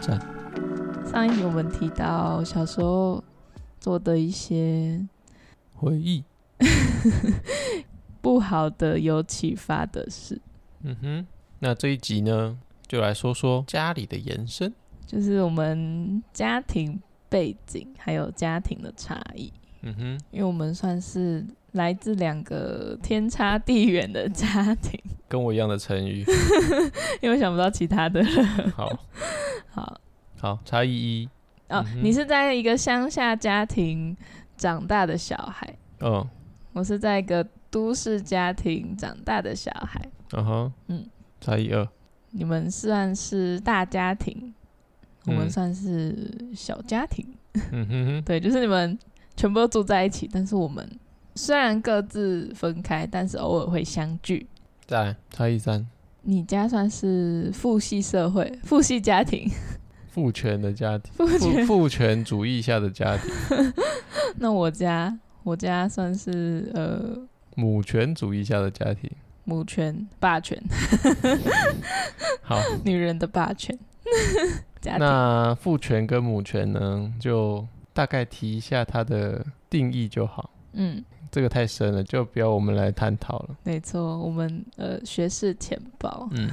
赞。上一集我们提到小时候做的一些 回忆，不好的、有启发的事，嗯哼。那这一集呢，就来说说家里的延伸。就是我们家庭背景还有家庭的差异，嗯哼，因为我们算是来自两个天差地远的家庭， 跟我一样的成语。因为我想不到其他的了。好好，好，差异一，哦嗯，哼你是在一个乡下家庭长大的小孩，嗯我是在一个都市家庭长大的小孩。嗯哼，嗯，差异二，你们算是大家庭，我们嗯算是小家庭。嗯哼哼，对，就是你们全部都住在一起，但是我们虽然各自分开，但是偶尔会相聚。再来差异三，你家算是父系社会、父系家庭， 父权的家庭，父父权。父权主义下的家庭， 那我家，我家算是呃母权主义下的家庭。母权、霸权，好，女人的霸权 家庭。那父权跟母权呢，就大概提一下它的定义就好。嗯，这个太深了，就不要我们来探讨了。没错，我们呃学士钱包。嗯，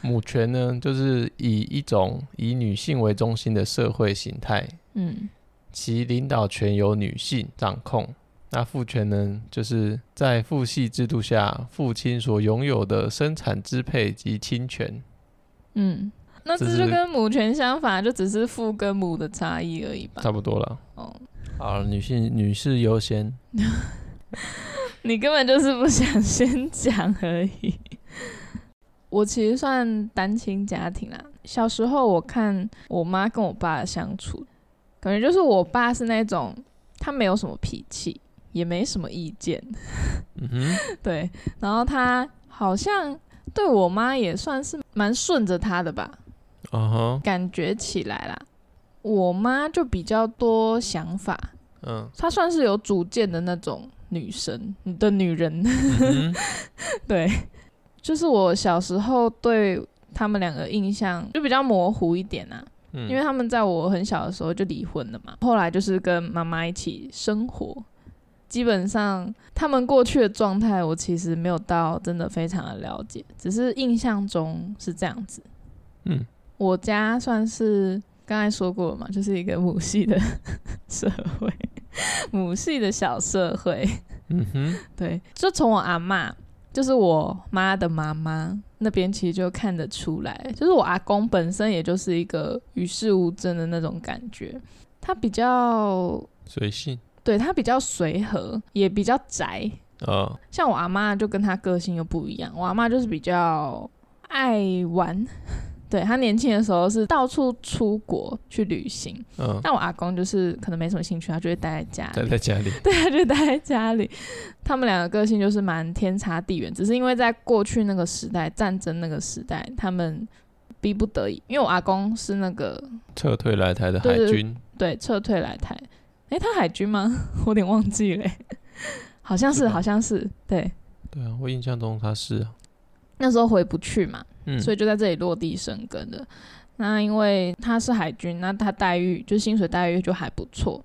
母权呢，就是以一种以女性为中心的社会形态，嗯其领导权由女性掌控。那父权呢，就是在父系制度下，父亲所拥有的生产支配及侵权。嗯，那这这是就跟母权相反，啊就只是父跟母的差异而已吧。差不多了。哦，好，女性女士优先。你根本就是不想先讲而已。我其实算单亲家庭啦。小时候我看我妈跟我爸的相处，感觉就是我爸是那种他没有什么脾气，也没什么意见， 嗯哼，对。然后他好像对我妈也算是蛮顺着他的吧，嗯哼，感觉起来啦。我妈就比较多想法，嗯她算是有主见的那种女生的女人。嗯哼， 对，就是我小时候对他们两个印象就比较模糊一点啊，嗯因为他们在我很小的时候就离婚了嘛，后来就是跟妈妈一起生活。基本上他们过去的状态，我其实没有到真的非常的了解，只是印象中是这样子。嗯我家算是刚才说过了嘛，就是一个母系的 社会，母系的小社会。嗯哼，对，就从我阿嬷，就是我妈的妈妈那边，其实就看得出来，就是我阿公本身也就是一个与世无争的那种感觉，他比较随性。对他比较随和，也比较宅。呃，像我阿妈就跟他个性又不一样，我阿妈就是比较爱玩， 对她年轻的时候是到处出国去旅行，嗯，但我阿公就是可能没什么兴趣，他就会待在家里待。在家里。 对，他就待在家里。他们两个个性就是蛮天差地远，只是因为在过去那个时代，战争那个时代，他们逼不得已。因为我阿公是那个撤退来台的海对对军，对撤退来台，诶，他海军吗？ 我有点忘记了、欸好像是是，吧好像是，对，对啊，我印象中他是啊，那时候回不去嘛，嗯，所 以以就在这里落地生根的。那因为他是海军，那他待遇就薪水待遇就还不错。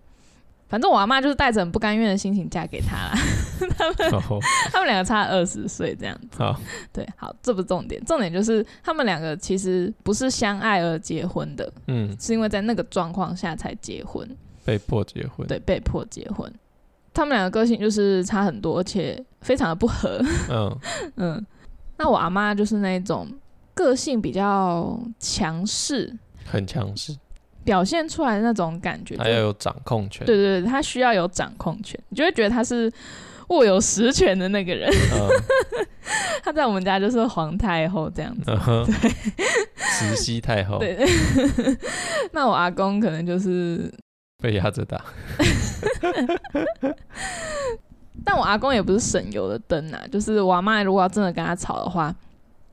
反正我阿妈就是带着很不甘愿的心情嫁给他啦， 好，他们两个差二十岁这样子。哦好，对，好，这不是重点，重点就是他们两个其实不是相爱而结婚的，嗯，是因为在那个状况下才结婚，被迫结婚，对，被迫结婚。他们两个个性就是差很多，而且非常的不合。 嗯，嗯，那我阿妈就是那种个性比较强势，很强势，表现出来的那种感觉，就他要有掌控权，对对对，她需要有掌控权，你就会觉得她是握有实权的那个人。 嗯，她在我们家就是皇太后这样子。嗯哼，慈禧太后对， 那我阿公可能就是，被压着打，但我阿公也不是省油的灯啊，就是我阿妈如果要真的跟他吵的话，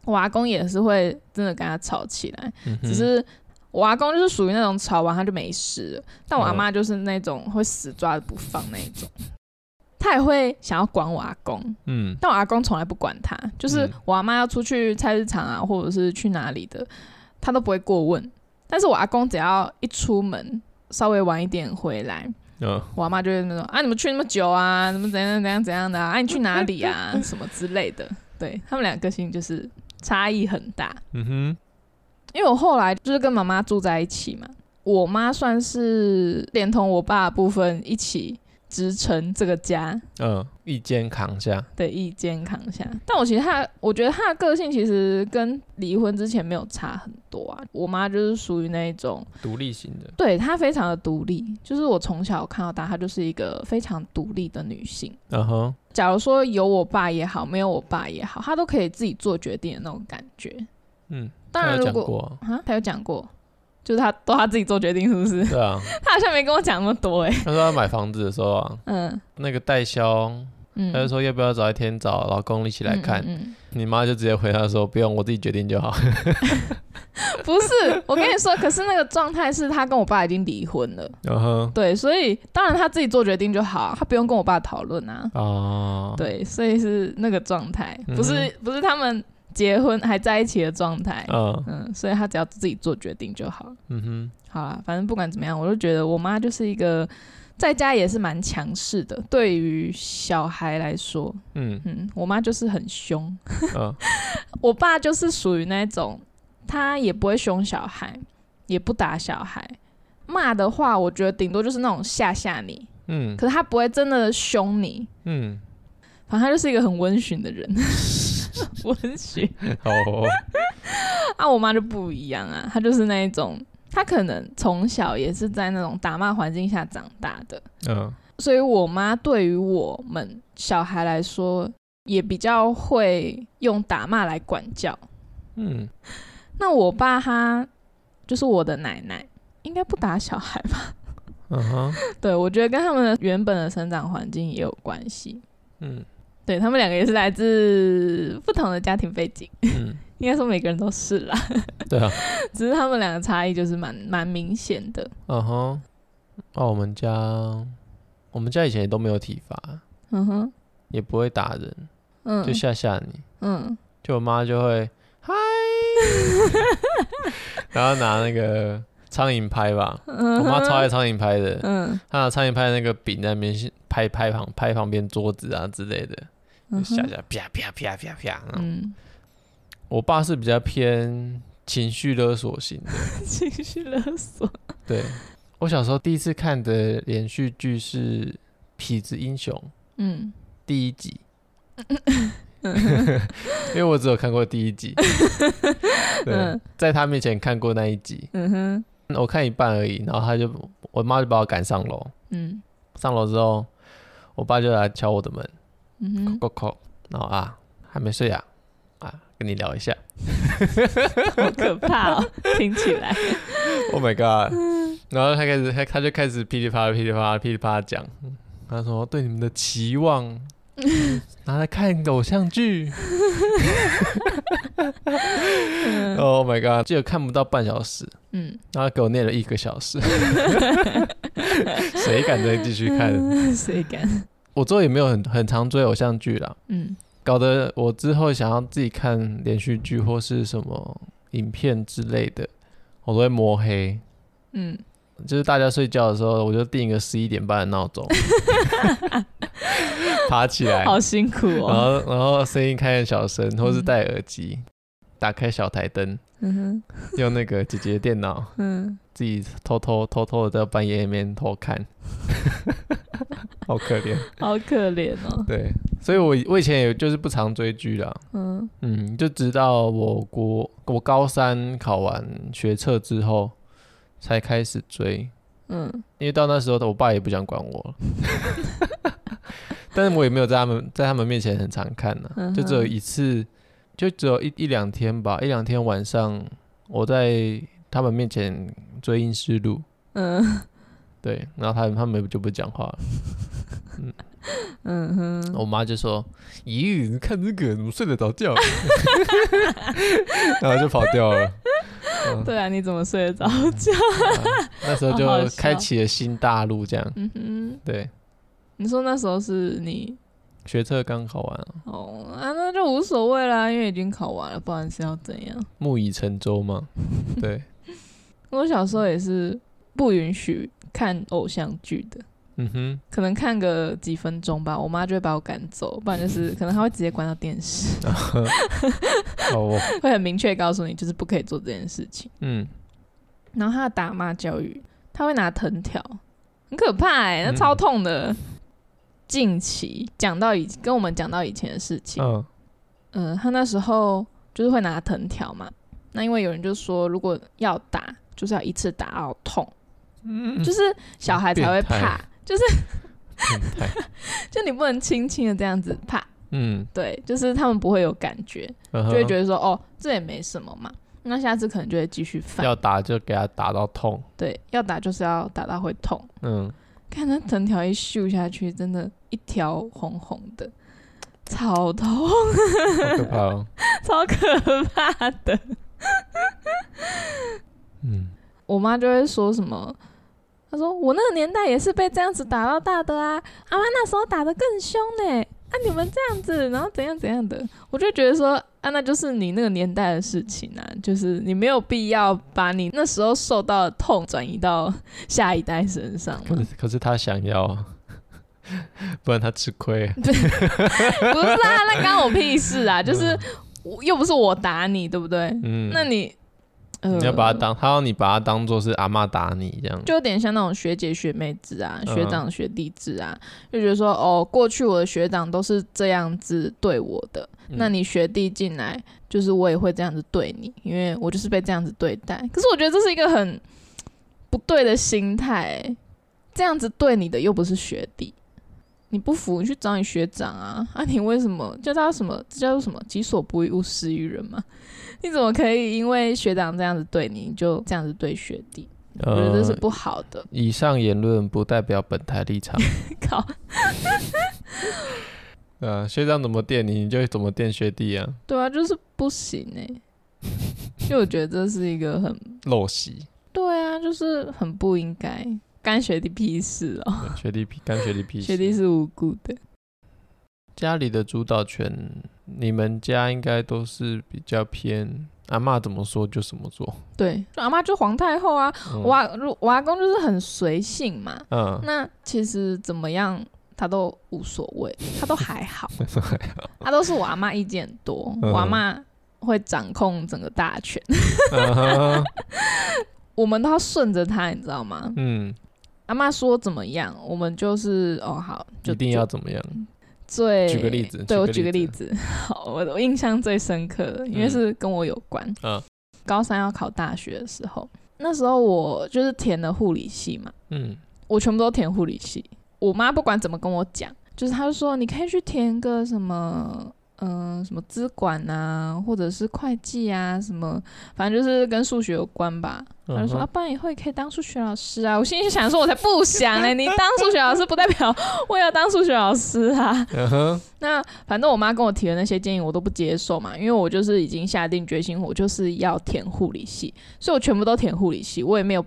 我阿公也是会真的跟他吵起来，嗯哼只是。我阿公就是属于那种吵完他就没事了，但我哦阿妈就是那种会死抓着不放那一种。她也会想要管我阿公，嗯，但我阿公从来不管他，就是嗯我阿妈要出去菜市场啊，或者是去哪里的，他都不会过问。但是我阿公只要一出门，稍微晚一点回来，嗯，我阿妈就会那种啊，你们去那么久啊，怎么怎样怎样怎样的啊，啊你去哪里啊，什么之类的。对他们俩个性就是差异很大，嗯因为我后来就是跟妈妈住在一起嘛，我妈算是连同我爸的部分一起支撑这个家哼，嗯，一肩扛下，的意见扛下。但我其实她，我觉得她的个性其实跟离婚之前没有差很多啊。我妈就是属于那一种独立型的，对她非常的独立，就是我从小看到大，她就是一个非常独立的女性。嗯哼，假如说有我爸也好，没有我爸也好，她都可以自己做决定的那种感觉。嗯，当然，他有如讲果过啊，啊，她有讲过，就是她都她自己做决定，是不是？ 对啊，她好像没跟我讲那么多哎、欸他说他买房子的时候啊，嗯那个代销，嗯，他就说要不要找一天找老公一起来看，嗯嗯你妈就直接回答说不用，我自己决定就好。嗯不是，我跟你说，可是那个状态是她跟我爸已经离婚了，嗯哼，对，所以当然她自己做决定就好，她不用跟我爸讨论啊。哦，，对，所以是那个状态，嗯哼不是、不是他们结婚还在一起的状态。嗯嗯，所以他只要自己做决定就好了。嗯哼，好啦，反正不管怎么样，我就觉得我妈就是一个在家也是蛮强势的。对于小孩来说，嗯嗯，我妈就是很凶，嗯我爸就是属于那种他也不会凶小孩，也不打小孩。骂的话，我觉得顶多就是那种吓吓你，嗯可是他不会真的凶你。嗯，反正他就是一个很温驯的人，温驯好哦，啊，我妈就不一样啊，她就是那一种，她可能从小也是在那种打骂环境下长大的，嗯所以我妈对于我们小孩来说，也比较会用打骂来管教。嗯，那我爸他就是我的奶奶，应该不打小孩吧？嗯哼，对，我觉得跟他们的原本的生长环境也有关系。嗯对他们两个也是来自不同的家庭背景，嗯，应该说每个人都是啦。对啊，只是他们两个差异就是蛮蛮明显的。嗯哼，哦，我们家，我们家以前也都没有体罚，嗯哼，也不会打人，就嗯吓吓你，嗯，就我妈就会嗨，然后拿那个苍蝇拍吧，我妈超爱苍蝇拍的，嗯她拿苍蝇拍那个柄在那边拍拍旁拍旁边桌子啊之类的，就嗯吓哼吓啪啪啪啪啪。那种嗯，我爸是比较偏情绪勒索型的， 情绪勒索。对我小时候第一次看的连续剧是《痞子英雄》嗯，第 一集。因为我只有看过第 一集，对嗯，在他面前看过那一集，嗯哼，我看一半而已，然后他就我妈就把我赶上楼，嗯上楼之后，我爸就来敲我的门，嗯 哼，扣扣，然后啊还没睡啊啊跟你聊一下好可怕哦，听起来。 ，Oh my god，然后他开始他他就开始噼里啪啦噼里啪啦噼里啪啦讲，他说对你们的期望嗯拿来看偶像剧，Oh my god，结果看不到半小时，嗯，然后给我念了一个小时，谁敢再继续嗯看？谁敢？我之后也没有很很常追偶像剧啦，嗯搞得我之后想要自己看连续剧或是什么影片之类的，我都会摸黑。嗯，就是大家睡觉的时候，我就定一个十一点半的闹 钟，爬起来，好嗯辛苦然哦。后然后声音开很小声，或是戴耳机，打开小台灯，嗯哼，用那个姐姐的电脑 嗯，自己偷偷偷偷的在半夜里面偷 看，好可怜。好可怜哦。对，所以我我以前也就是不常追剧啦，嗯嗯，就直到我国我高三考完学测之后才开始追，嗯因为到那时候我爸也不想管我了， 但是我也没有在他们在他们面前很常看呢、嗯哼就只有一次，就只有一一两天吧，一两天晚上我在他们面前追《英诗录》，嗯对，然后他们他们就不讲话了，嗯哼，我妈就说：“咦，你看这个怎么睡得着觉？” 然后就跑掉了。对啊，你怎么睡得着觉？啊那时候就好好笑开启了新大陆，这样嗯哼，对。你说那时候是你学测刚考完啊，哦啊，那就无所谓啦，因为已经考完了，不然是要怎样？木已成舟嘛。对，我小时候也是不允许看偶像剧的，嗯哼，可能看个几分钟吧，我妈就会把我赶走，不然就是可能她会直接关到电视， 哦，我 会很明确告诉你，就是不可以做这件事情。嗯，然后她的打骂教育，她会拿藤条，很可怕哎、那嗯超痛的。近期讲到以跟我们讲到以前的事情，嗯，嗯，他那时候就是会拿藤条嘛。那因为有人就说，如果要打，就是要一次打到痛，嗯就是小孩才会变怕态，就是变 态，就你不能轻轻的这样子怕，嗯，对，就是他们不会有感觉，就就会觉得说，哦，这也没什么嘛。那下次可能就会继续犯，要打就给他打到痛，对，要打就是要打到会痛。嗯，看那藤条一咻下去，真的，一条红红的，超痛。好可怕哦， 超可怕的。嗯，我妈就会说什么，她说我那个年代也是被这样子打到大的啊，阿妈那时候打的更凶呢，啊你们这样子，然后怎样怎样的，我就觉得说啊那就是你那个年代的事情啊，就是你没有必要把你那时候受到的痛转移到下一代身上嘛可是可是他想要 啊，不然他吃亏， 不是啊，那干我屁事啊，就是我又不是我打你，对不对？嗯，那你。呃你要把他当，他要你把他当做是阿嬷打你这样，就有点像那种学姐学妹制啊，嗯学长学弟制啊，就觉得说哦，过去我的学长都是这样子对我的，嗯那你学弟进来，就是我也会这样子对你，因为我就是被这样子对待。可是我觉得这是一个很不对的心态欸、这样子对你的又不是学弟，你不服你去找你学长啊，啊，你为什么叫他什么？这叫做什么？己所不欲，勿施于人嘛。你怎么可以因为学长这样子对你，你就这样子对学弟？我觉得这是呃，不好的。 以上言论不代表本台立场，靠，呃，学长怎么电你，你就怎么电学弟啊，对啊，就是不行哎、 就我觉得这是一个很，陋习，对啊，就是很不应该，干学弟屁事哦、对学弟屁干学弟屁事， 学弟是无辜的。家里的主导权，你们家应该都是比较偏阿嬷怎么说就怎么 做。对，就阿妈就皇太后啊，嗯我阿如我阿公就是很随性嘛， 嗯，那其实怎么样他都无所谓，他都还 好，他都是我阿妈意见多，嗯我阿妈会掌控整个大权， 嗯哼我们都要顺着他，你知道吗？嗯，阿妈说怎么样，我们就是哦好，就一定要怎么样？最举个例子对我举举个个例例子，好，我我印象最深刻的，因为嗯是跟我有关。嗯高三要考大学的时候，那时候我就是填了护理系嘛，嗯我全部都填护理系。我妈不管怎么跟我讲，就是她就说你可以去填个什么，嗯、什么资管啊，或者是会计啊，什么，反正就是跟数学有关吧。她就嗯说、哼啊，不然以后也可以当数学老师啊。我心里想说，我才不想嘞、你当数学老师不代表我也要当数学老师啊。嗯哼，那反正我妈跟我提的那些建议我都不接受嘛，因为我就是已经下定决心，我就是要填护理系，所以我全部都填护理系，我也没有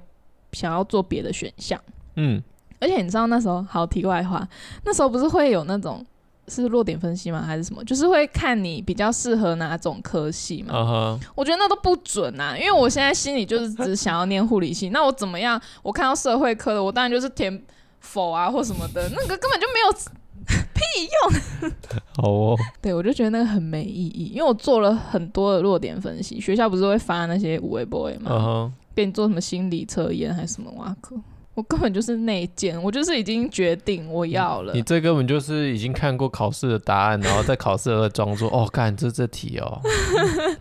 想要做别的选项。嗯，而且你知道那时候，好题外话，那时候不是会有那种是弱点分析吗？还是什么？就是会看你比较适合哪种科系嘛。啊哈，我觉得那都不准啊，因为我现在心里就是只想要念护理系，那我怎么样？我看到社会科的，我当然就是填否啊或什么的，那个根本就没有好哦，对，我就觉得那个很没意义，因为我做了很多的弱点分析。学校不是会发那些五位 boy 吗？嗯哼，给你做什么心理测验还是什么哇靠！我根本就是内奸，我就是已经决定我要了你。这根本就是已经看过考试的答案，然后在考试而装作哦，看这这题 哦，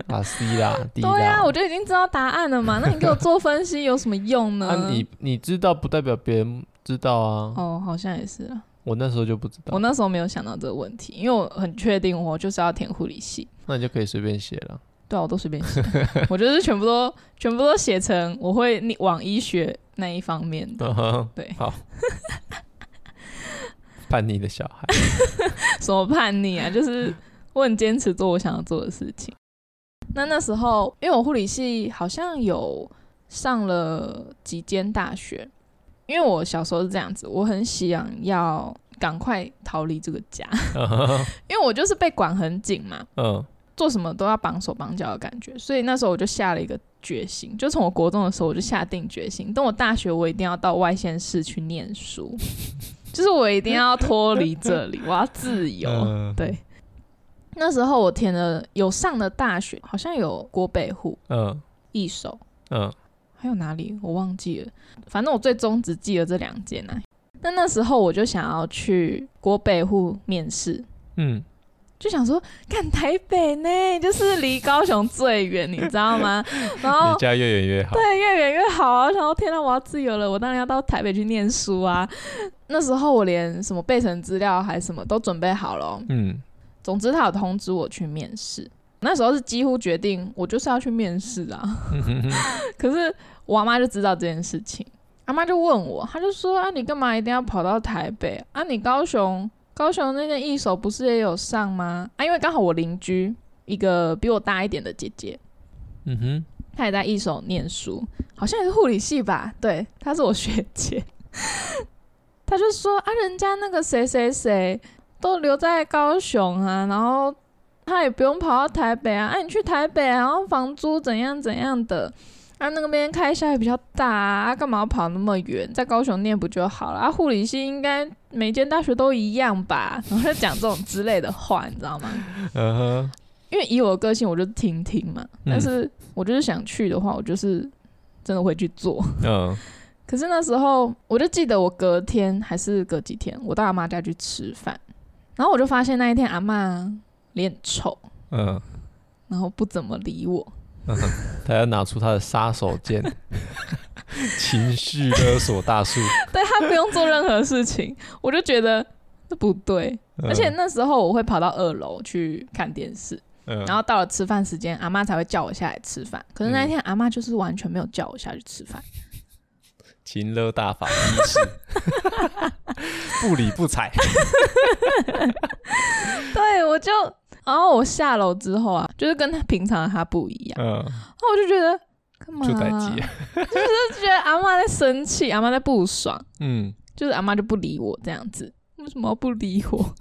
啊 C 啦，D 对啊，我啦。就已经知道答案了嘛，那你给我做分析有什么用呢？ 啊，你你知道不代表别人知道啊。哦，好像也是啊。我那时候就不知我道，那时候没有想到这个问题，因为我很确定我就是要填护理系。那你就可以随便写了。对啊，我都随便 写，我就是全部都全部都写成我会往医学那一方面的。嗯哼，对，好， 叛逆的小孩。 什么叛逆啊？就是我很坚持做我想要做的事情。那那时候，因为我护理系好像有上了几间大学，因为我小时候是这样子，我很想要赶快逃离这个家，嗯哼 因为我就是被管很紧嘛。嗯做什么都要绑手绑脚的感觉，所以那时候我就下了一个决心，就从我国中的时候我就下定决心，等我大学我一定要到外县市去念书，就是我一定要脱离这里，我要自由。嗯对，那时候我填了有上的大学，好像有国北户、嗯一手，嗯还有哪里我忘记了，反正我最终只记得这两间啊。但那时候我就想要去国北户面试，嗯，就想说，看台北呢，就是离高雄最远，你知道吗？然后离家越远越好。对，越远越好啊！然后天哪，我要自由了，我当然要到台北去念书啊！那时候我连什么备审资料还什么都准备好了哦、嗯总之他有通知我去面试。那时候是几乎决定，我就是要去面试啊。可是我阿妈就知道这件事情，阿妈就问我，她就说：“啊，你干嘛一定要跑到台北？啊，你高雄高雄那间一手不是也有上吗？啊，因为刚好我邻居一个比我大一点的姐姐，嗯哼，她也在一手念书，好像也是护理系吧？对，她是我学姐。 她就说啊，人家那个谁谁谁都留在高雄啊，然后她也不用跑到台北啊，啊，你去台北、啊，然后房租怎样怎样的，啊，那边开销也比较大啊，啊干嘛要跑那么远，在高雄念不就好了？啊，护理系应该每间大学都一样吧？然后就讲这种之类的话，你知道吗？嗯哼，因为以我的个性，我就听听嘛。嗯但是我就是想去的话，我就是真的会去做。 嗯可是那时候，我就记得我隔天还是隔几天，我到阿妈家去吃饭，然后我就发现那一天阿妈脸臭，嗯，然后不怎么理我。 他要拿出他的杀手锏，情绪勒索大术。对她不用做任何事情，我就觉得这不对。而且那时候我会跑到二楼去看电视，嗯，然后后到了吃饭时间，阿妈才会叫我下来吃饭。可是那嗯一天阿妈就是完全没有叫我下去吃饭。情勒大法一式， 不理不睬。 对，我就，然后我下楼之后啊，就是跟他平常的他不一样，嗯，然后我就觉得干嘛、就待啊？机。就觉得阿妈在生气，阿妈在不爽，嗯，就是阿妈就不理我这样子。为什么要不理 我？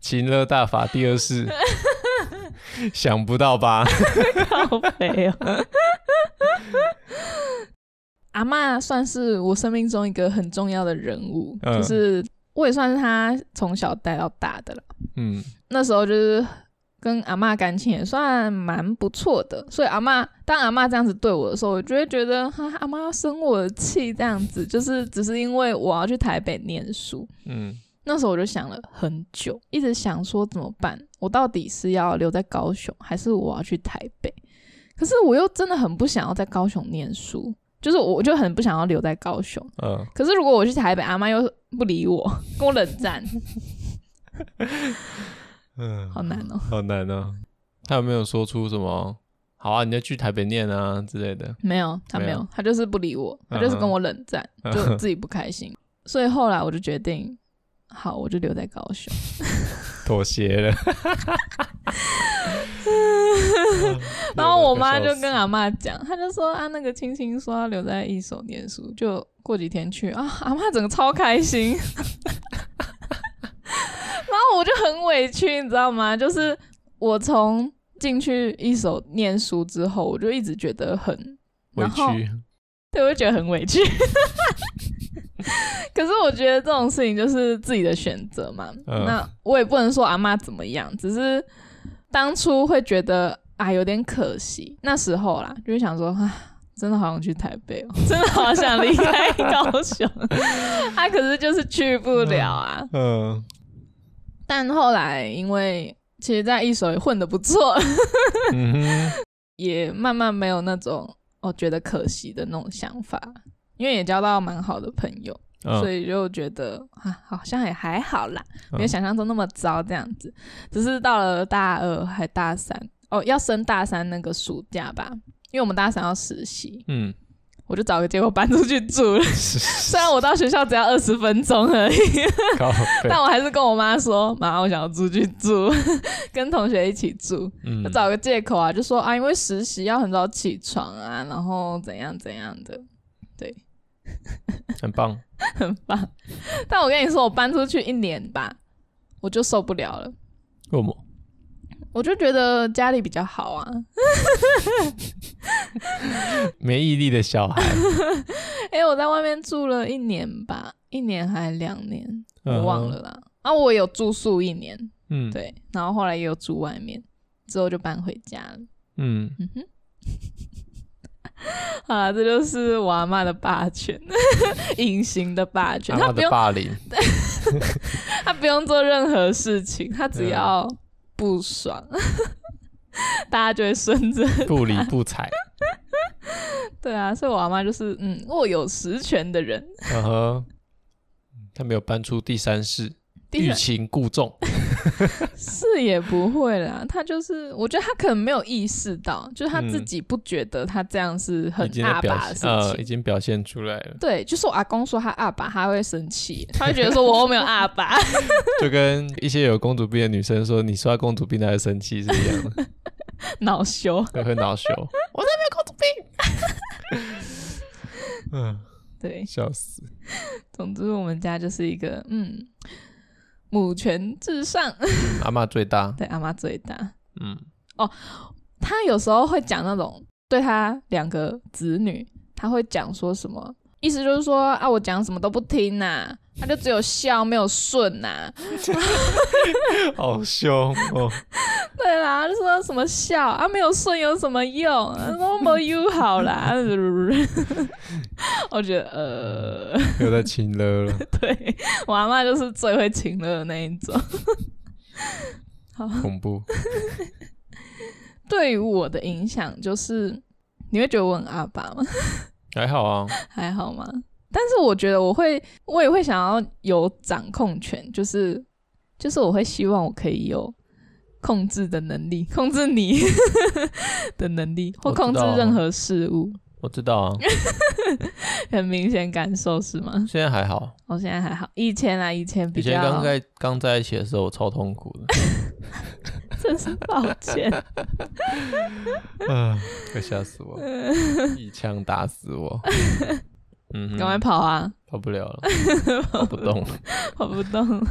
情勒大法第 二式，想不到吧？好肥哦！ 阿妈算是我生命中一个很重要的人物，嗯就是我也算是她从小带到大的了。嗯那时候就是跟阿嬷感情也算蛮不错的，所以阿嬷当阿嬷这样子对我的时候，我就会觉得哈阿嬷要生我的气，这样子就是只是因为我要去台北念书。嗯那时候我就想了很久，一直想说怎么办，我到底是要留在高雄，还是我要去台北？可是我又真的很不想要在高雄念书，就是我就很不想要留在高雄。嗯，可是如果我去台北，阿妈又不理我，跟我冷战，嗯好难哦。好难啊！他有没有说出什么？好啊，你就去台北念啊之类的。没有，他没没有有，他就是不理我，他就是跟我冷战，嗯哼就自己不开 心。所以后来我就决定，好，我就留在高 雄。妥协了。 然后我妈就跟阿妈讲，她就说啊，那个青青说要留在一手念书，就过几天去啊。 阿妈整个超开心， 然后我就很委屈，你知道吗？就是我从进去一手念书之后，我就一直觉得很委然后屈，对，我就觉得很委屈。 可是我觉得这种事情就是自己的选择嘛，嗯那我也不能说阿妈怎么样，只是当初会觉得啊有点可惜，那时候啦，就是想说啊。真的好想去台北哦，真的好想离开高雄， 啊，可是就是去不了啊。嗯，但后来因为其实，在一手也混得不错， 嗯哼，也慢慢没有那种我觉得可惜的那种想法，因为也交到蛮好的朋友， 所嗯，以就觉得啊，好像也还好啦，嗯没有想象中那么糟这样子。只是到了大二还大三哦，要升大三那个暑假吧，因为我们大三要实习，嗯，我就找个借口搬出去住了。 虽然我到学校只要二十分钟而已， 靠背，但我还是跟我妈说，妈，我想要出去住， 跟同学一起住。嗯就找个借口啊，就说啊，因为实习要很早起床啊，然后怎样怎样的，很棒，很棒。但我跟你说，我搬出去一年吧，我就受不了了。恶魔，我就觉得家里比较好啊。 没毅力的小孩，哎、我在外面住了一年吧，一年还两年，我忘了嗯。啦。啊，我有住宿一年，嗯，对，然后后来也有住外面，之后就搬回家了。 嗯，嗯哼，好啊啦，这就是我阿妈的霸权， 隐形的霸权。阿她妈不的用，霸凌， 她不用做任何事情，她只对啊要不爽， 大家就会顺着。 不理不睬，对啊，所以我阿妈就是嗯握有实权的人。 嗯哼，他没有搬出第三世，第欲三擒故纵，是也不会啦，她就是我觉得她可能没有意识到，就是她自嗯己不觉得她这样是很已经在阿表爸的事现，情。呃，已经表现出来了，对，就是我阿公说他阿爸，他会生 气，他会觉得说我又没有阿爸。 就跟一些有公主病的女生说，你说她公主病，她会生气是一样的，恼羞。会很恼羞，我才没有公主病，嗯，对，笑死，总之我们家就是一个嗯，母权至上， 阿妈最大，对阿妈最大。嗯，他有时候会讲那种对他两个子女，他会讲说什么，意思就是说啊，我讲什么都不听呐、他就只有笑没有顺啊呐、好凶哦，对啦，就说什么笑啊，没有顺有什么用？ 我没有好啦， 我觉得呃。又在亲了了，对我阿妈就是最会请乐的那一种。好，恐怖，对于我的影响就是，你会觉得我很阿爸吗？ 还好啊，还好吗？但是我觉得我会，我也会想要有掌控权，就是就是我会希望我可以有控制的能力，控制你 的能力，或我知道啊控制任何事物。我知道啊，很明显感受是吗？现在还好。我哦现在还好，以前啊，以前比以较前刚在刚在一起的时候，我超痛苦的，真是抱歉。嗯，快吓死我，一枪打死我， 嗯哼，赶快跑啊！ 跑不了了，跑不动了。跑不动了，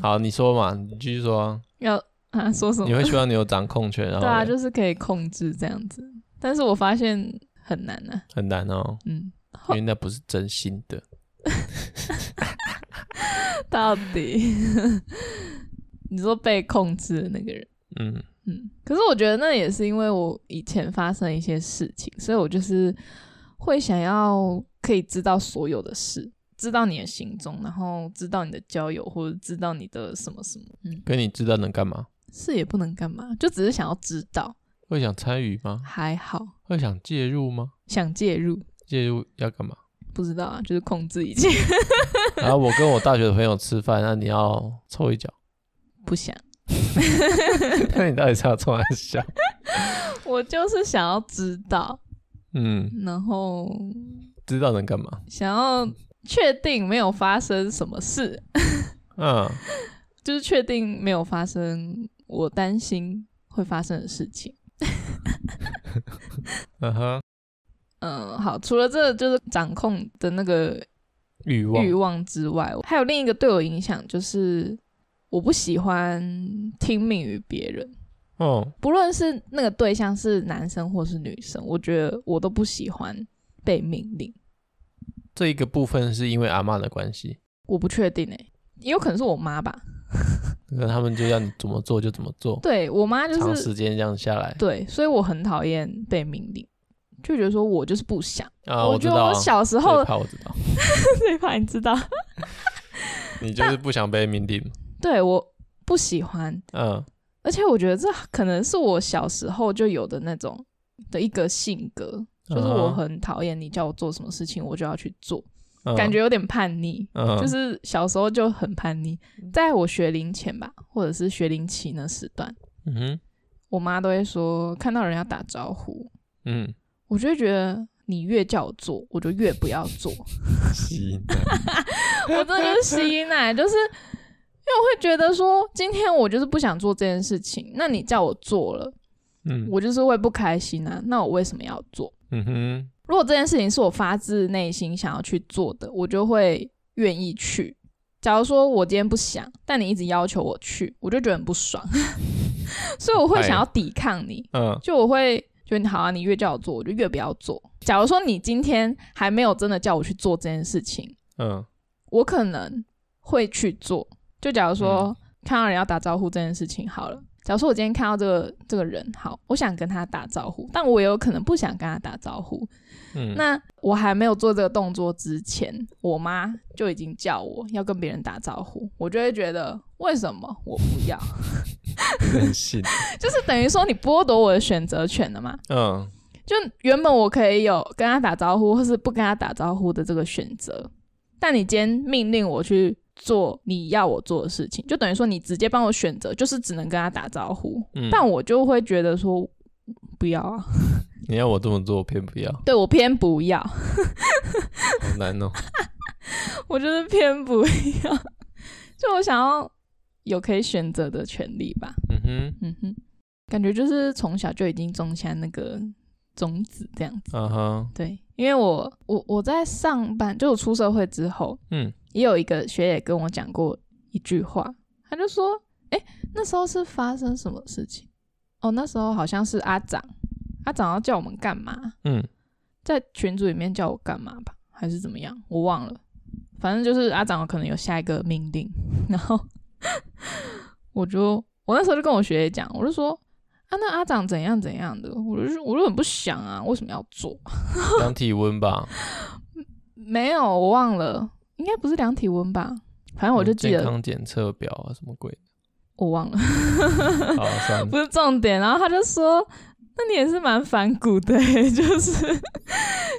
好，你说嘛，你继续说啊。要啊说什你么？会希望你有掌控权，对然后啊，嘞就是可以控制这样子，但是我发现很难啊，很难哦，嗯， 因为那不是真心的。到底 你说被控制的那个人，嗯，嗯，可是我觉得那也是因为我以前发生一些事情，所以我就是会想要可以知道所有的事。知道你的行踪，然后知道你的交友，或者知道你的什么什么，嗯，可是你知道能干嘛？是也不能干嘛，就只是想要知道，会想参与 吗？还好会想介入吗？想介入，介入要干嘛？ 不知道啊，就是控制一切， 然后我跟我大学的朋友吃饭，那你要凑一脚， 不想。那你到底是要凑还是笑？我就是想要知道， 嗯，然后知道能干嘛？想要确定没有发生什么事，嗯，就是确定没有发生我担心会发生的事情。嗯哼，嗯，好，除了这就是掌控的那个欲望欲，望之外，还有另一个对我影响就是，我不喜欢听命于别人，哦，不论是那个对象是男生或是女生，我觉得我都不喜欢被命令。这一个部分是因为阿嬷的关系，我不确定诶、也有可能是我妈吧。那他们就要你怎么做就怎么做，对我妈就长是时间这样下来对，所以我很讨厌被命令，就觉得说我就是不想。啊，我知觉得道啊，我小时最候怕我知道，最怕你知道，你就是不想被命令，对我不喜欢，嗯而且我觉得这可能是我小时候就有的那种的一个性格，就是我嗯哼很讨厌你叫我做什么事情我就要去做，嗯，感觉有点叛逆。嗯就是小时候就很叛逆，在我学龄前吧，或者是学龄期那时段，嗯哼我妈都会说看到人要打招呼， 嗯，我就会觉得你越叫我做，我就越不要做。吸引我真的就是吸奶，就是因为我会觉得说，今天我就是不想做这件事情，那你叫我做了，嗯我就是会不开心啊。那我为什么要做？嗯哼如果这件事情是我发自内心想要去做的，我就会愿意去。假如说我今天不想，但你一直要求我去，我就觉得很不爽。 所以我会想要抵抗你，嗯就我会觉得你好啊，你越叫我做，我就越不要做。假如说你今天还没有真的叫我去做这件事情，嗯我可能会去做。就假如说、看到人要打招呼这件事情好了，假如说我今天看到这个这个人好，我想跟他打招呼，但我也有可能不想跟他打招呼。嗯， 那我还没有做这个动作之前，我妈就已经叫我要跟别人打招呼，我就会觉得为什么我不 要？任性，就是等于说你剥夺我的选择权了嘛。嗯就原本我可以有跟他打招呼，或是不跟他打招呼的这个选择，但你今天命令我去做你要我做的事情，就等于说你直接帮我选择，就是只能跟他打招呼。嗯，但我就会觉得说不要啊，你要我这么做，我偏不要，对我偏不要，好难哦。我就是偏不要，就我想要有可以选择的权利吧。嗯哼，嗯哼，感觉就是从小就已经种下那个种子这样子。啊哈，对，因为我我我在上班，就我出社会之后，嗯， 也有一个学姐跟我讲过一句话，她就说：“哎，那时候是发生什么事情？哦，那时候好像是阿长，阿长要叫我们干嘛？嗯在群组里面叫我干嘛吧，还是怎么样？我忘了，反正就是阿长可能有下一个命令， 然后我就我那时候就跟我学姐讲，我就说啊，那阿长怎样怎样的，我就是我就很不想啊，为什么要做？”量体温吧，没有，我忘了，应该不是量体温吧？反正我就记嗯健得，康检测表啊，什么鬼的？我忘了， 好，算不了，是重点。然后他就说：“那你也是蛮反骨的、欸， 就是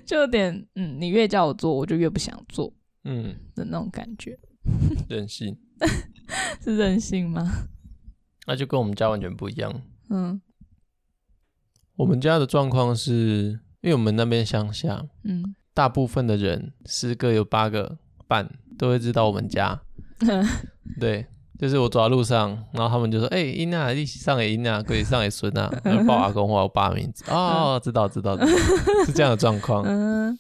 就有点，嗯，你越叫我做，我就越不想做嗯，的那种感觉，任性，是任性吗？那就跟我们家完全不一样。嗯我们家的状况是，因为我们那边乡下，嗯，大部分的人十个有八个半都会知道我们 家。对，就是我走在路上，然后他们就说：“哎、英啊，一起上诶，英啊，可以上诶，孙 啊。”然后报阿公或我爸的名字。哦，知道知道，知道 是这样的状况。嗯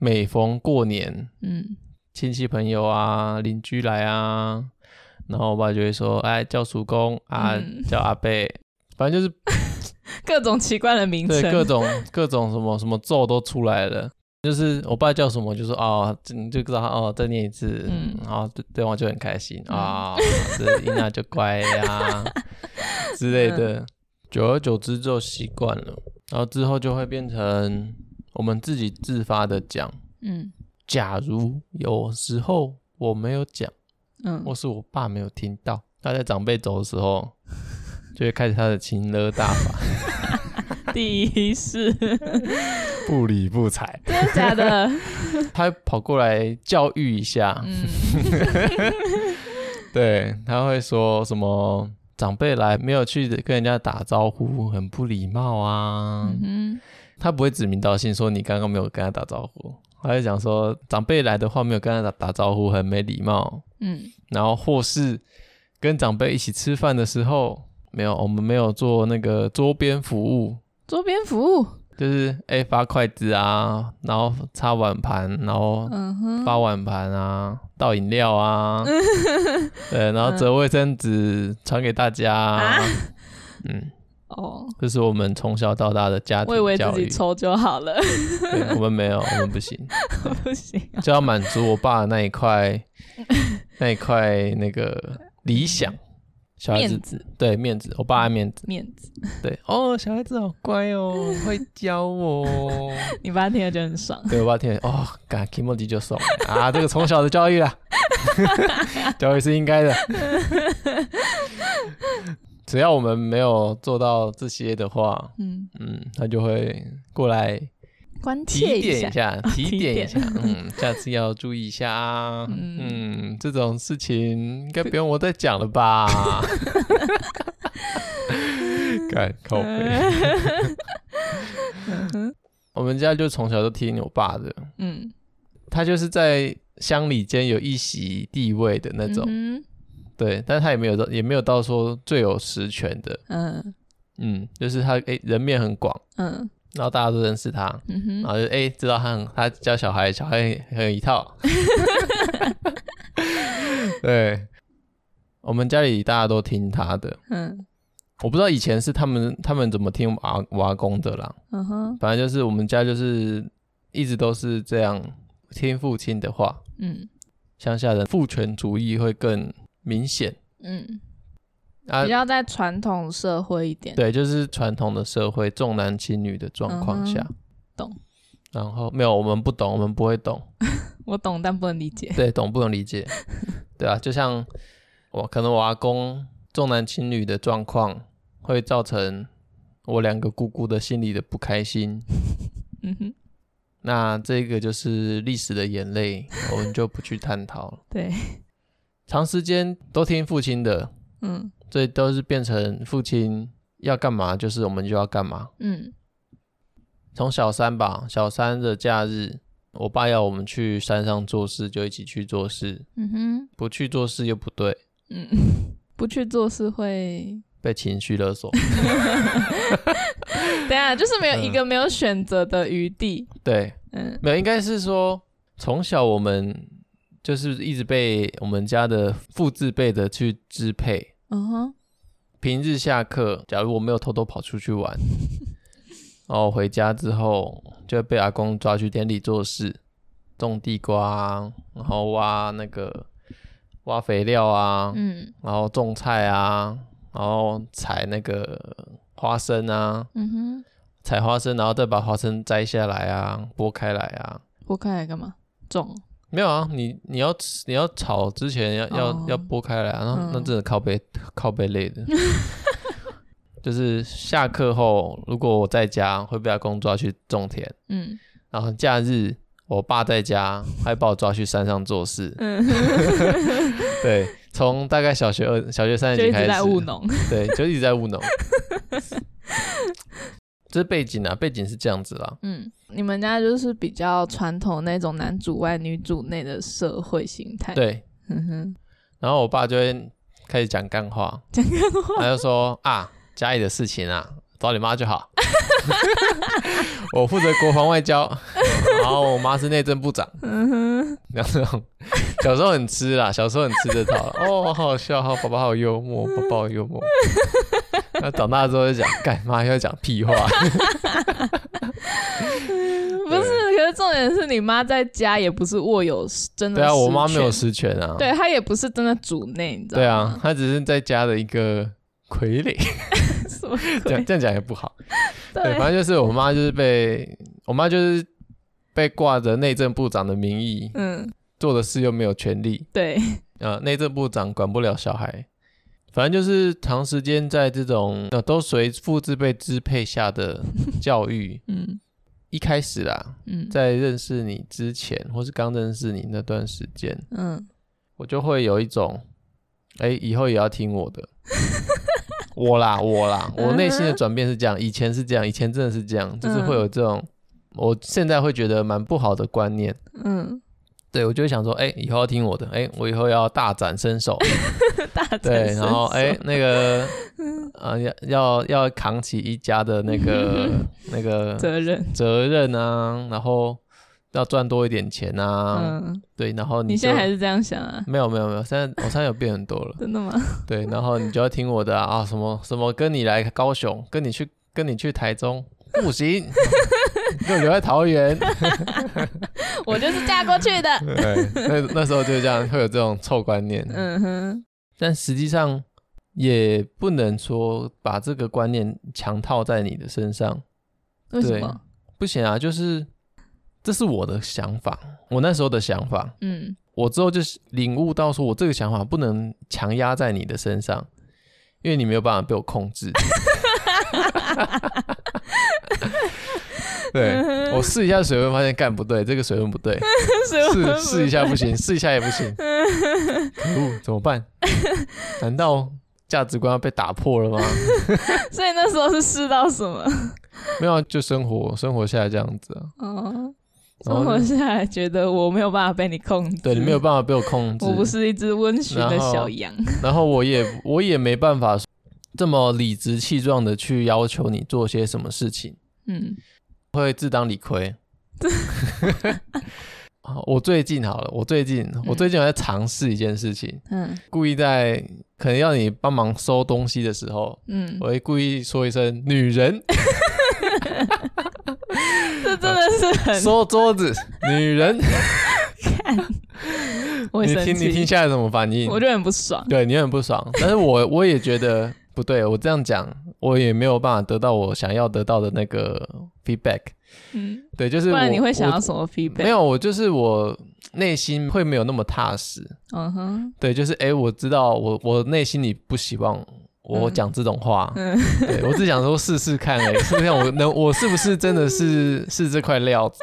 每逢过年，嗯亲戚朋友啊、邻居来啊，然后我爸就会说：“哎，叫叔公啊，嗯叫阿伯。”反正就是各种奇怪的名对各称，种各种什么什么咒都出来了。就是我爸叫什么，就说哦，这你就知道哦，再念一次，嗯嗯，然后对对方就很开心嗯啊，这伊娜就乖呀之类的。久而久之就习惯了，然后之后就会变成我们自己自发的讲。嗯假如有时候我没有讲，嗯或是我爸没有听到，他在长辈走的时候，就会开始他的情勒大法，第一是真 不理不睬。的假的？ 他跑过来教育一下，嗯对，他会说什么长辈来没有去跟人家打招呼，很不礼貌啊。嗯他不会指名道姓说你刚刚没有跟他打招呼，他会讲说长辈来的话没有跟他打打招呼，很没礼貌。嗯然后或是跟长辈一起吃饭的时候，没有，我们没有做那个桌边服务，桌边服务，就是哎、发筷子啊，然后擦碗盘，然后嗯哼，发碗盘啊，倒饮料 啊，对，然后折卫生纸传给大家、啊嗯，哦，这是我们从小到大的家我以为庭自教己育。抽就好了， 对我们没有，我们不行，不行啊，就要满足我爸的那 一块，那一块那个理想。小孩面子子对面子，我爸爱面子，面子，对哦，小孩子好乖哦，会教哦。你爸听了就很爽。 对，我爸听了哦，感 k i m o j i 就爽了啊，这个从小的教 育啦，教育是应 该的。只要我们没有做到这些的话，嗯，嗯，他就会过来关切提一点下一，下，提提点一 下点，嗯，下次要注意一下啊，嗯嗯，这种事情应该不用我再讲了吧？ 干靠背，嗯 我们家就从小就听我爸的，嗯，他就是在乡里间有一席地位的那种，嗯对，但他也没有到也没有到说最有实权的，哼嗯嗯，就是他诶、人面很广，嗯然后大家都认识他，嗯然哼，后就诶、知道他很他教小孩，小孩很很有 一套，对，我们家里大家都听他的，嗯我不知道以前是他们他们怎么听我阿我阿公的啦，嗯哼，反正就是我们家就是一直都是这样听父亲的话，嗯乡下人父权主义会更明显嗯，啊比。较在传统社会一点，对，就是传统的社会重男轻女的状况下，嗯懂。然后没有，我们不懂，我们不会懂， 我懂，但不能理解。对，懂不能理解， 对啊，就像我可能我阿公重男轻女的状况会造成我两个姑姑的心里的不开心，嗯哼，那这个就是历史的眼泪，我们就不去探讨了。对，长时间都听父亲的，嗯这都是变成父亲要干嘛，就是我们就要干嘛。嗯从小三吧，小三的假日，我爸要我们去山上做事，就一起去做事；嗯哼，不去做事又不对，嗯，不去做事会，被情绪勒索。对啊，就是没有嗯一个没有选择的余地。对，嗯没有，应该是说从小我们就是一直被我们家的父字辈的去支配。嗯哼，平日下课，假如我没有偷偷跑出去玩，然后回家之后就会被阿公抓去田里做事，种地瓜啊，然后挖那个挖肥料啊，嗯然后种菜啊，然后采那个花生啊，嗯哼，采花生，然后再把花生摘下来啊，剥开来啊。我看来干嘛？种没有啊，你你要吃你要炒之前要、哦要要剥开来、啊，然后嗯那真的靠背、靠背 累的。就是下课后，如果我在家，会被阿公抓去种田；嗯然后假日我爸在家，还把我抓去山上做事。 嗯，对，从大概小学二、小学三就年级一开直始，在务农。对，就一直在务 农。这是背景啊，背景是这样子啦。嗯，你们家就是比较传统那种男主外女主内的社会形态。，对，嗯哼，然后我爸就会开始讲干话，讲干话。他就说啊，家里的事情啊，找你妈就好。 我负责国防外交，然后我妈是内政部长，嗯哼，然后这种小时候很吃啦，小时候很吃这套啦哦，好好笑，好爸爸好幽默，嗯爸爸好幽默。那长大之后就讲，干妈又讲 屁话，不是，可是重点是你妈在家也不是握有真的。对啊，我妈没有。实权啊，对她也不是真的主内，你知道对吗？啊，他只是在家的一个傀儡， 什么这样鬼？这样讲也不好。啊对，对反正就是我妈就是被我妈就是被挂着内政部长的名义嗯，做的事又没有权利，对，呃，内政部长管不了小孩，反正就是长时间在这种呃都随父字辈支配下的教育。嗯一开始啦，嗯在认识你之前，或是刚认识你那段时间，嗯，我就会有一种，哎、以后也要听我的。 我啦，我啦，我内嗯心的转变是这样，以前是这样，以前真的是这样，就是会有这种，我现在会觉得蛮不好的观念。嗯， 对，我就会想说，哎、以后要听我的，哎、我以后要大展身手，大展对，身然后手嗯哎、那个，呃，要要要扛起一家的那个 那个责任，责任啊，然后要赚多一点钱啊，嗯，对，然后你现在就还是这样想啊？没有没有没有，现在我现在有变很多了。真 的吗？对，然后你就要听我的啊，啊什么什么跟你来高雄，跟你去跟你去台中不行， 就留在桃园。我就是嫁过去的。对，那那时候就这样，会有这种臭观念。嗯，嗯哼，但实际上也不能说把这个观念强套在你的身上，为什对么？不行啊，就是这是我的想法，我那时候的想法。嗯我之后就是领悟到，说我这个想法不能强压在你的身上，因为你没有办法被我控制。 嗯对我试一下水温，发现干不对，这个水温不对，试试一下不行，试一下也不行，嗯可恶，怎么办？难道价值观要被打破了吗？ 所以那时候是试到什么？没有啊，就生活生活下来这样子啊。哦，然后生就活下来觉得我没有办法被你控制，对你没有，办法被我控制，我不是一只温驯的然后小羊。然后我也我也没办法这么理直气壮的去要求你做些什么事情，嗯会自当 理亏。好我最近好了，我最近我最近有在尝试一件事情，嗯故意在可能要你帮忙收东西的时候，嗯，我会故意说一声“女人这真的是 很”，收桌子，女人。我 会你生听你听气，下来怎么反应？我就很不爽。对你很不爽，但是我我也觉得不对，我这样讲，我也没有办法得到我想要得到的那个 feedback。嗯，对，就是不然我你会想要我什么没 feedback？有，我就是我内心会没有那么踏实。嗯 哼，对，就是哎、诶我知道我我内心里不希望我嗯讲这种话，嗯， 对我只想说试试看、哎，试试看我能我是不是真的是 是这块料子？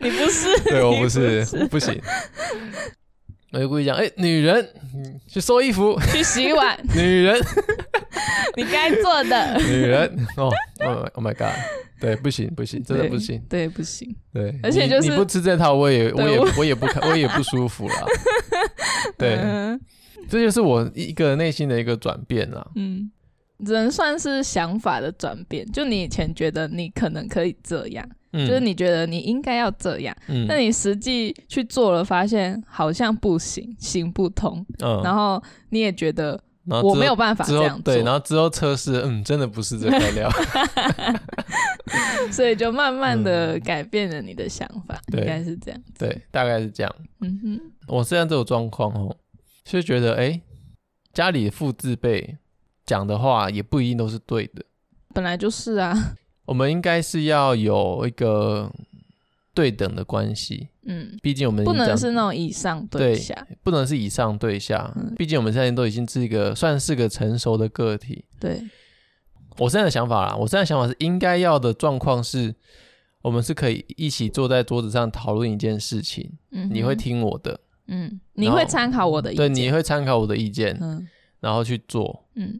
你不是，对我你不是，不行。我就故意讲，哎、女人，嗯去收衣服，去洗 碗，女人，你该做的。女人， 哦哦，Oh my god，对，不行不行，真的不行，对，不行，对，而且你就是你不吃这套，我也我对也我我也不开我也不舒 服啦，对，嗯这就是我一个内心的一个转变啦。嗯，只能算是想法的转变。就你以前觉得你可能可以这样，嗯，就是你觉得你应该要这样，嗯，那你实际去做了，发现好像不行，行不通，嗯，然后你也觉得然后我之没有后办法之这后样做对，，然后之后测试，嗯，真的不是这块 料，所以就慢慢的改变了你的想法，嗯对应该是这样。对，大概是这样。嗯哼，我现在这种状况哦，是觉得哎、诶家里父字辈讲的话也不一定都是对的，本来就是啊，我们应该是要有一个对等的关系，嗯，毕竟我们不能讲是那种以上对下，不能是以上对下嗯，毕竟我们现在都已经是一个算是个成熟的个体。对，我现在的想法啦，我现在的想法是应该要的状况是，我们是可以一起坐在桌子上讨论一件事情，嗯哼，你会听我的，嗯，你会参考我的意对，见，你会参考我的意见，嗯然后去做，嗯，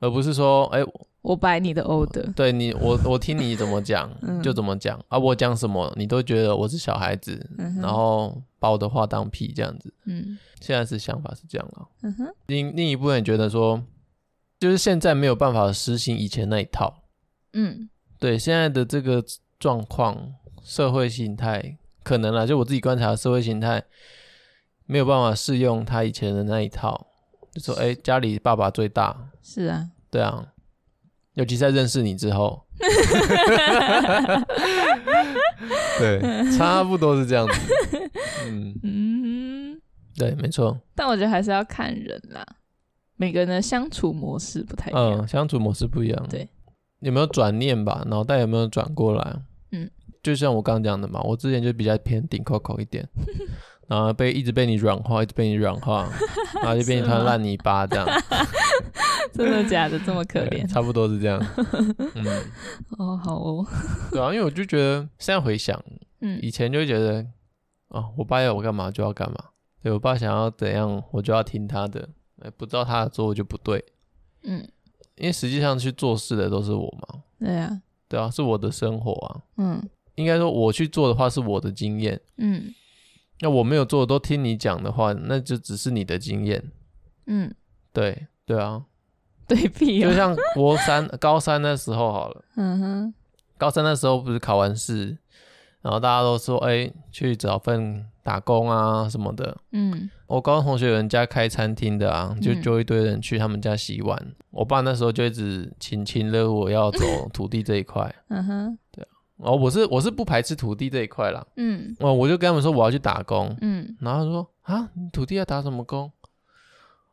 而不是说，哎、我摆你的 order，对你，我我听你怎么讲 嗯就怎么讲啊，我讲什么你都觉得我是小孩子，嗯哼然后把我的话当屁这样子。嗯现在是想法是这样啊，嗯哼，另另一部分也觉得说，就是现在没有办法实行以前那一套，嗯对现在的这个状况、社会形态，可能啦，就我自己观察的社会形态，没有办法适用他以前的那一套，就说哎、家里爸爸最大，是啊，对啊，尤其在认识你之后，对，差不多是这样子，嗯，嗯，对，没错，但我觉得还是要看人啦，每个人的相处模式不太一样。嗯，相处模式不一样，啊对， 有没有转念吧？脑袋有没有转过来？嗯，就像我刚刚讲的嘛，我之前就比较偏顶 Coco 一 点，然后被一直被你软化，一直被你软 化，然后就变成一是团吗烂泥巴这样，真的假的？这么可对怜差不多是这样，嗯， 哦，好哦，对啊，因为我就觉得现在回想。嗯以前就会觉得啊，我爸要我干嘛就要干嘛，对我爸想要怎样我就要听他的，哎，不照他的做我就不对，嗯，因为实际上去做事的都是我嘛，对啊，对啊，是我的生活啊，嗯应该说我去做的话是我的经验，嗯那我没有做都听你讲的话，那就只是你的经验，嗯，对对啊，对比就哦，像国三 高三那时候好了，嗯哼，高三那时候不是考完试，然后大家都说哎、去找份打工啊什么的，嗯我高中同学有人家开餐厅的啊，就嗯揪一堆人去他们家洗碗。我爸那时候就一直亲亲了我要走土地这一块，嗯哼，然后我是我是不排斥土地这一块啦，嗯哦，我就跟他们说我要去打工，嗯 然后他说啊，你土地要打什么工？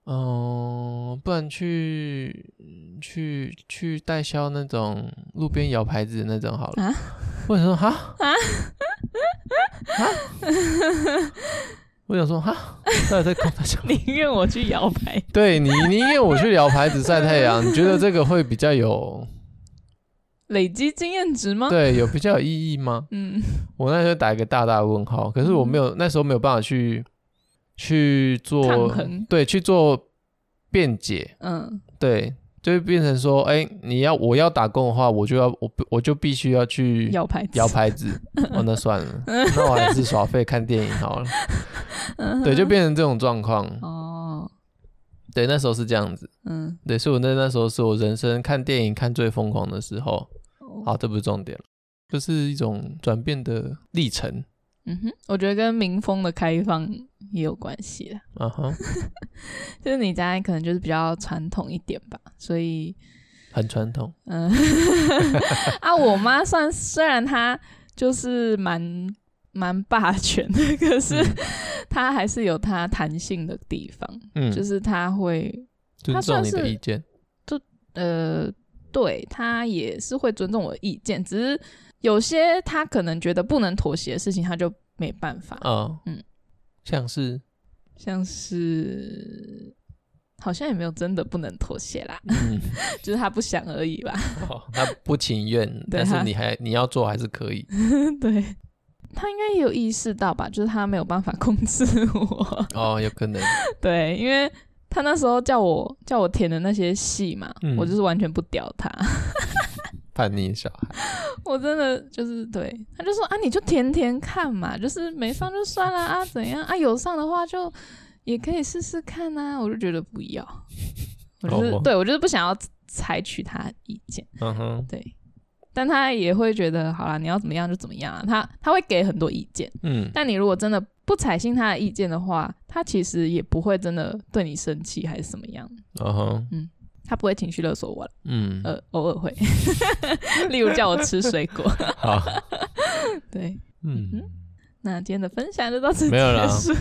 嗯、不然去去去代销那种路边摇牌子的那种好了。啊我想说哈啊我想说哈，到底在公大小？宁愿我去摇摆，对你宁愿我去聊牌子晒太阳，你觉得这个会比较有累积经验值吗？对有比较有意义吗？嗯我那时候打一个大大的问号，可是我没有、那时候没有办法去去抗做衡对去做辩解，嗯对，就会变成说，哎、你要我要打工的话，我就要我不我就必须要去摇摆，嗯摇牌子， 哦，那算了，那我还是耍废看电影好了，嗯哼对，就变成这种状况，哦，对，那时候是这样子。嗯，对，所以我那那时候是我人生看电影看最疯狂的时候。哦好，这不是重点了，这是一种转变的历程。嗯哼，我觉得跟民风的开放也有关系啦。啊哈，就是你家可能就是比较传统一点吧，所以很传统，嗯， 啊，我妈算虽然她就是蛮蛮霸权的，可是嗯她还是有她弹性的地方，嗯，就是她会尊他算重你的是意见，呃，对她也是会尊重我的意见，只是有些她可能觉得不能妥协的事情，她就没办法，啊，嗯，像 是像是好像也没有真的不能妥协啦，嗯，就是她不想而已吧。 哦他不情愿，对啊但是他你还你要做还是可以对，他应该也有意识到吧，就是他没有办法控制我。 哦，有可能，对，因为他那时候叫我叫我填的那些戏嘛，嗯我就是完全不屌他， 叛逆小孩，我真的就是对，他就说啊，你就填填看嘛，就是没上就算了啊，怎样啊，有上的话就也可以试试看啊，我就觉得不 要，我就是、哦对我就是不想要采取他的意见，嗯哼，对。但他也会觉得，好啦，你要怎么样就怎么样啊。他他会给很多意见，嗯，但你如果真的不采信他的意见的话，他其实也不会真的对你生气还是怎么样，嗯哼，他不会情绪勒索我了，嗯，呃，偶尔会， 例如叫我吃水果。 好，对，嗯，那今天的分享就到此没有啦结束，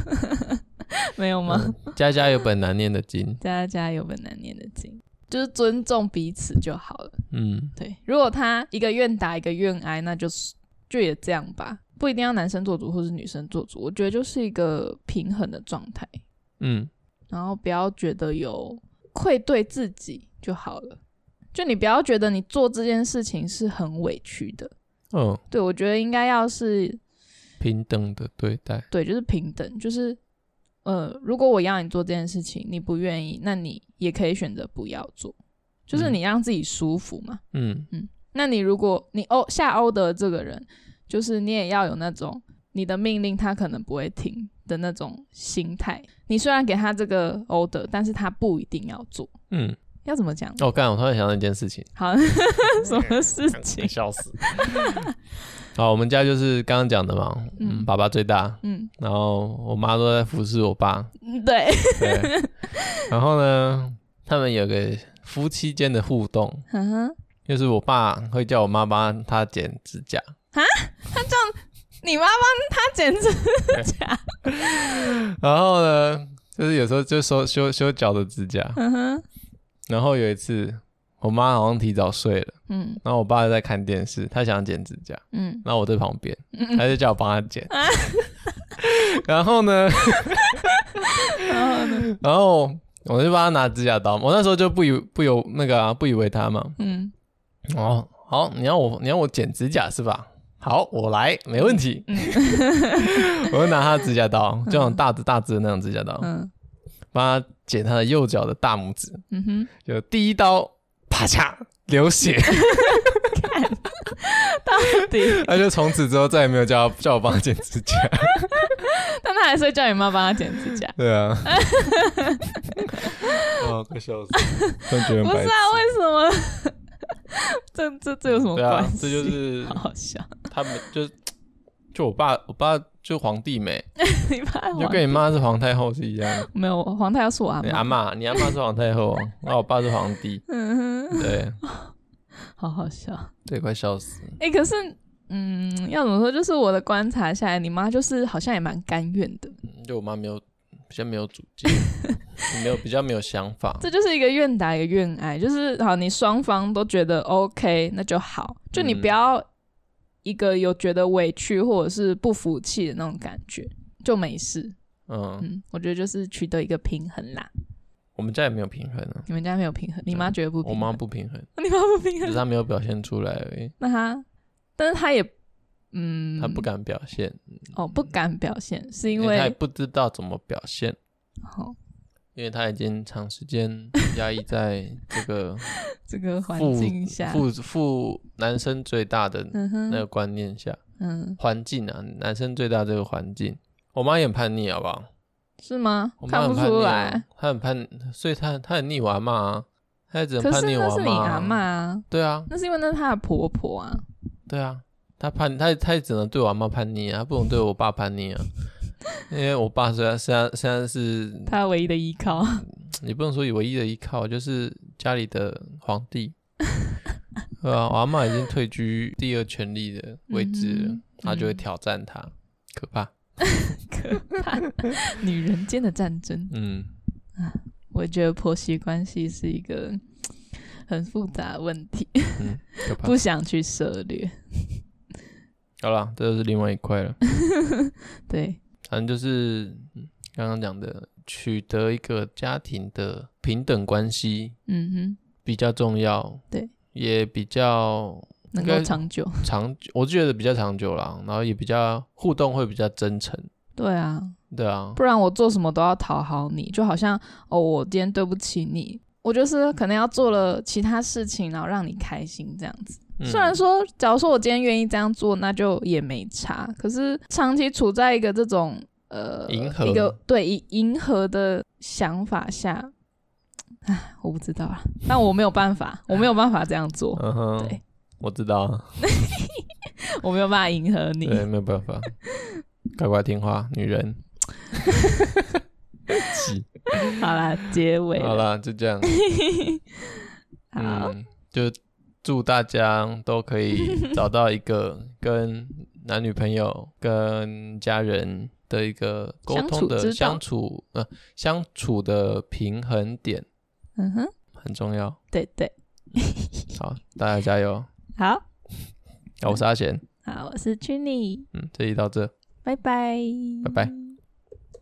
没有吗？嗯家家有本难念的经，大家家有本难念的经，就是尊重彼此就好了。嗯，对，如果他一个愿打一个愿挨，那就是就也这样吧，不一定要男生做主或是女生做主，我觉得就是一个平衡的状态。嗯，然后不要觉得有愧对自己就好了。就你不要觉得你做这件事情是很委屈的，哦，对我觉得应该要是平等的对待，对，就是平等，就是呃，如果我要你做这件事情，你不愿意，那你也可以选择不要做，就是嗯你让自己舒服嘛。嗯，那你如果你殴下殴的这个人，就是你也要有那种你的命令他可能不会听的那种心态。你虽然给他这个 order，但是他不一定要做。嗯，要怎么讲？哦，刚我突然想到一件事情，？好，什么事情笑死，好，我们家就是刚刚讲的嘛，嗯 嗯，爸爸最大，嗯，然后我妈都在服侍我爸， 对， 对，然后呢，他们有个夫妻间的互动，嗯哼，就是我爸会叫我妈帮他剪指甲，你妈帮他剪指甲，然后呢，就是有时候就修修修脚的指甲。嗯哼，然后有一次，我妈好像提早睡了，嗯然后我爸在看电视，他想剪指甲，嗯，然后我在旁边，嗯他就叫我帮他剪。然后呢，然后呢，然后我就帮他拿指甲刀，我那时候就不以不由那个、啊、不以为他嘛，嗯哦，好，你要我你要我剪指甲是吧？好，我来，没问题。嗯 我就拿他的指甲刀，就那种大只大只的那种指甲刀，嗯帮他剪他的右脚的大拇指，嗯哼，就第一刀啪嚓流 血，到底，他就从此之后再也没有叫他叫我帮他剪指甲。但他还是会叫你妈帮他剪指甲。对啊， 哦，快笑死，真的觉得很 不白是痴。啊，为什么？这这这有什么 对啊关，系？这就是 好好笑，他们就就我爸，我爸就皇帝没，你爸就跟你妈是皇太后是一样的。没有皇太要是我阿你阿啊妈，妈，你阿妈是皇 太后，然后我爸是皇帝，嗯哼， 对好好笑。对，快笑死。哎，可是，嗯，要怎么说？就是我的观察下来，你妈就是好像也蛮甘愿的。就我妈没有比较没有主 见，没有比较没有想法，这就是一个愿打一个愿挨，就是好，你双方都觉得 OK，那就好，就你嗯不要一个有觉得委屈或者是不服气的那种感觉，就没事。嗯，嗯，我觉得就是取得一个平衡啦。我们家也没有平衡啊，你们家没有平衡，你妈绝对不平衡，我妈，不平衡， 你妈不平只是衡，她没有表现出来而已，那她，但是她也，嗯，她不敢表现，哦，不敢表现，是因因为她也为，不知道怎么表现，哦，因为她已经长 时间压抑在这个这个环父境下，父父男生最大的嗯那哼，个观念下，嗯，环境啊，男生最大这个环境，我妈也很叛逆，好不好？是吗我？妈看不很叛逆出啊来，，她很叛，所以她她很逆我阿嬷啊，她也只能可叛是逆我那是你嬷阿啊妈啊，对啊，那是因为那是她的婆婆啊。对啊，他叛他他也只能对我阿妈叛逆啊，他不能对我爸叛逆啊。 因为我爸虽然虽然虽然是他唯一的依靠。也不能说唯一的依靠，就是家里的皇 帝。对啊，我阿妈已经退居第二权力的位置了，嗯他就会嗯挑战他，可怕。可怕，女人间的战争。嗯，我觉得婆媳关系是一个嗯很复杂的问题，啊嗯可怕不。想去涉略。好了，这就是另外一 块了。对，反正就是嗯刚刚讲的，取得一个家庭的平等关系嗯比较重要。对，也比较哼，能应够该长久。长，我觉得比较长久啦，然后也比较互动会比较真诚。对啊，对啊，不然我做什么都要讨好你，就好像哦，我今天对不起你，我就是可能要做了其他事情，然后让你开心这样子。嗯虽然说，假如说我今天愿意这样做，那就也没差。可是长期处在一个这种呃迎合一个对迎迎合的想法下，唉，我不知道啊，但我没有办法，我没有办法这样做，嗯哼对，我知道啊。我没有办法迎合你。对，没有办法，乖乖听话，女 人。气好啦，结尾好了，啦，就这样。 好，嗯，就祝大家都可 以找到一个跟男女朋友、跟家人的一个沟相通处之的道相处，呃，相处的平衡点嗯哼，很重要。对对，好，大家加油！啊好好我是阿贤，好，我是 Jenny，嗯，这里到这。拜拜，拜拜。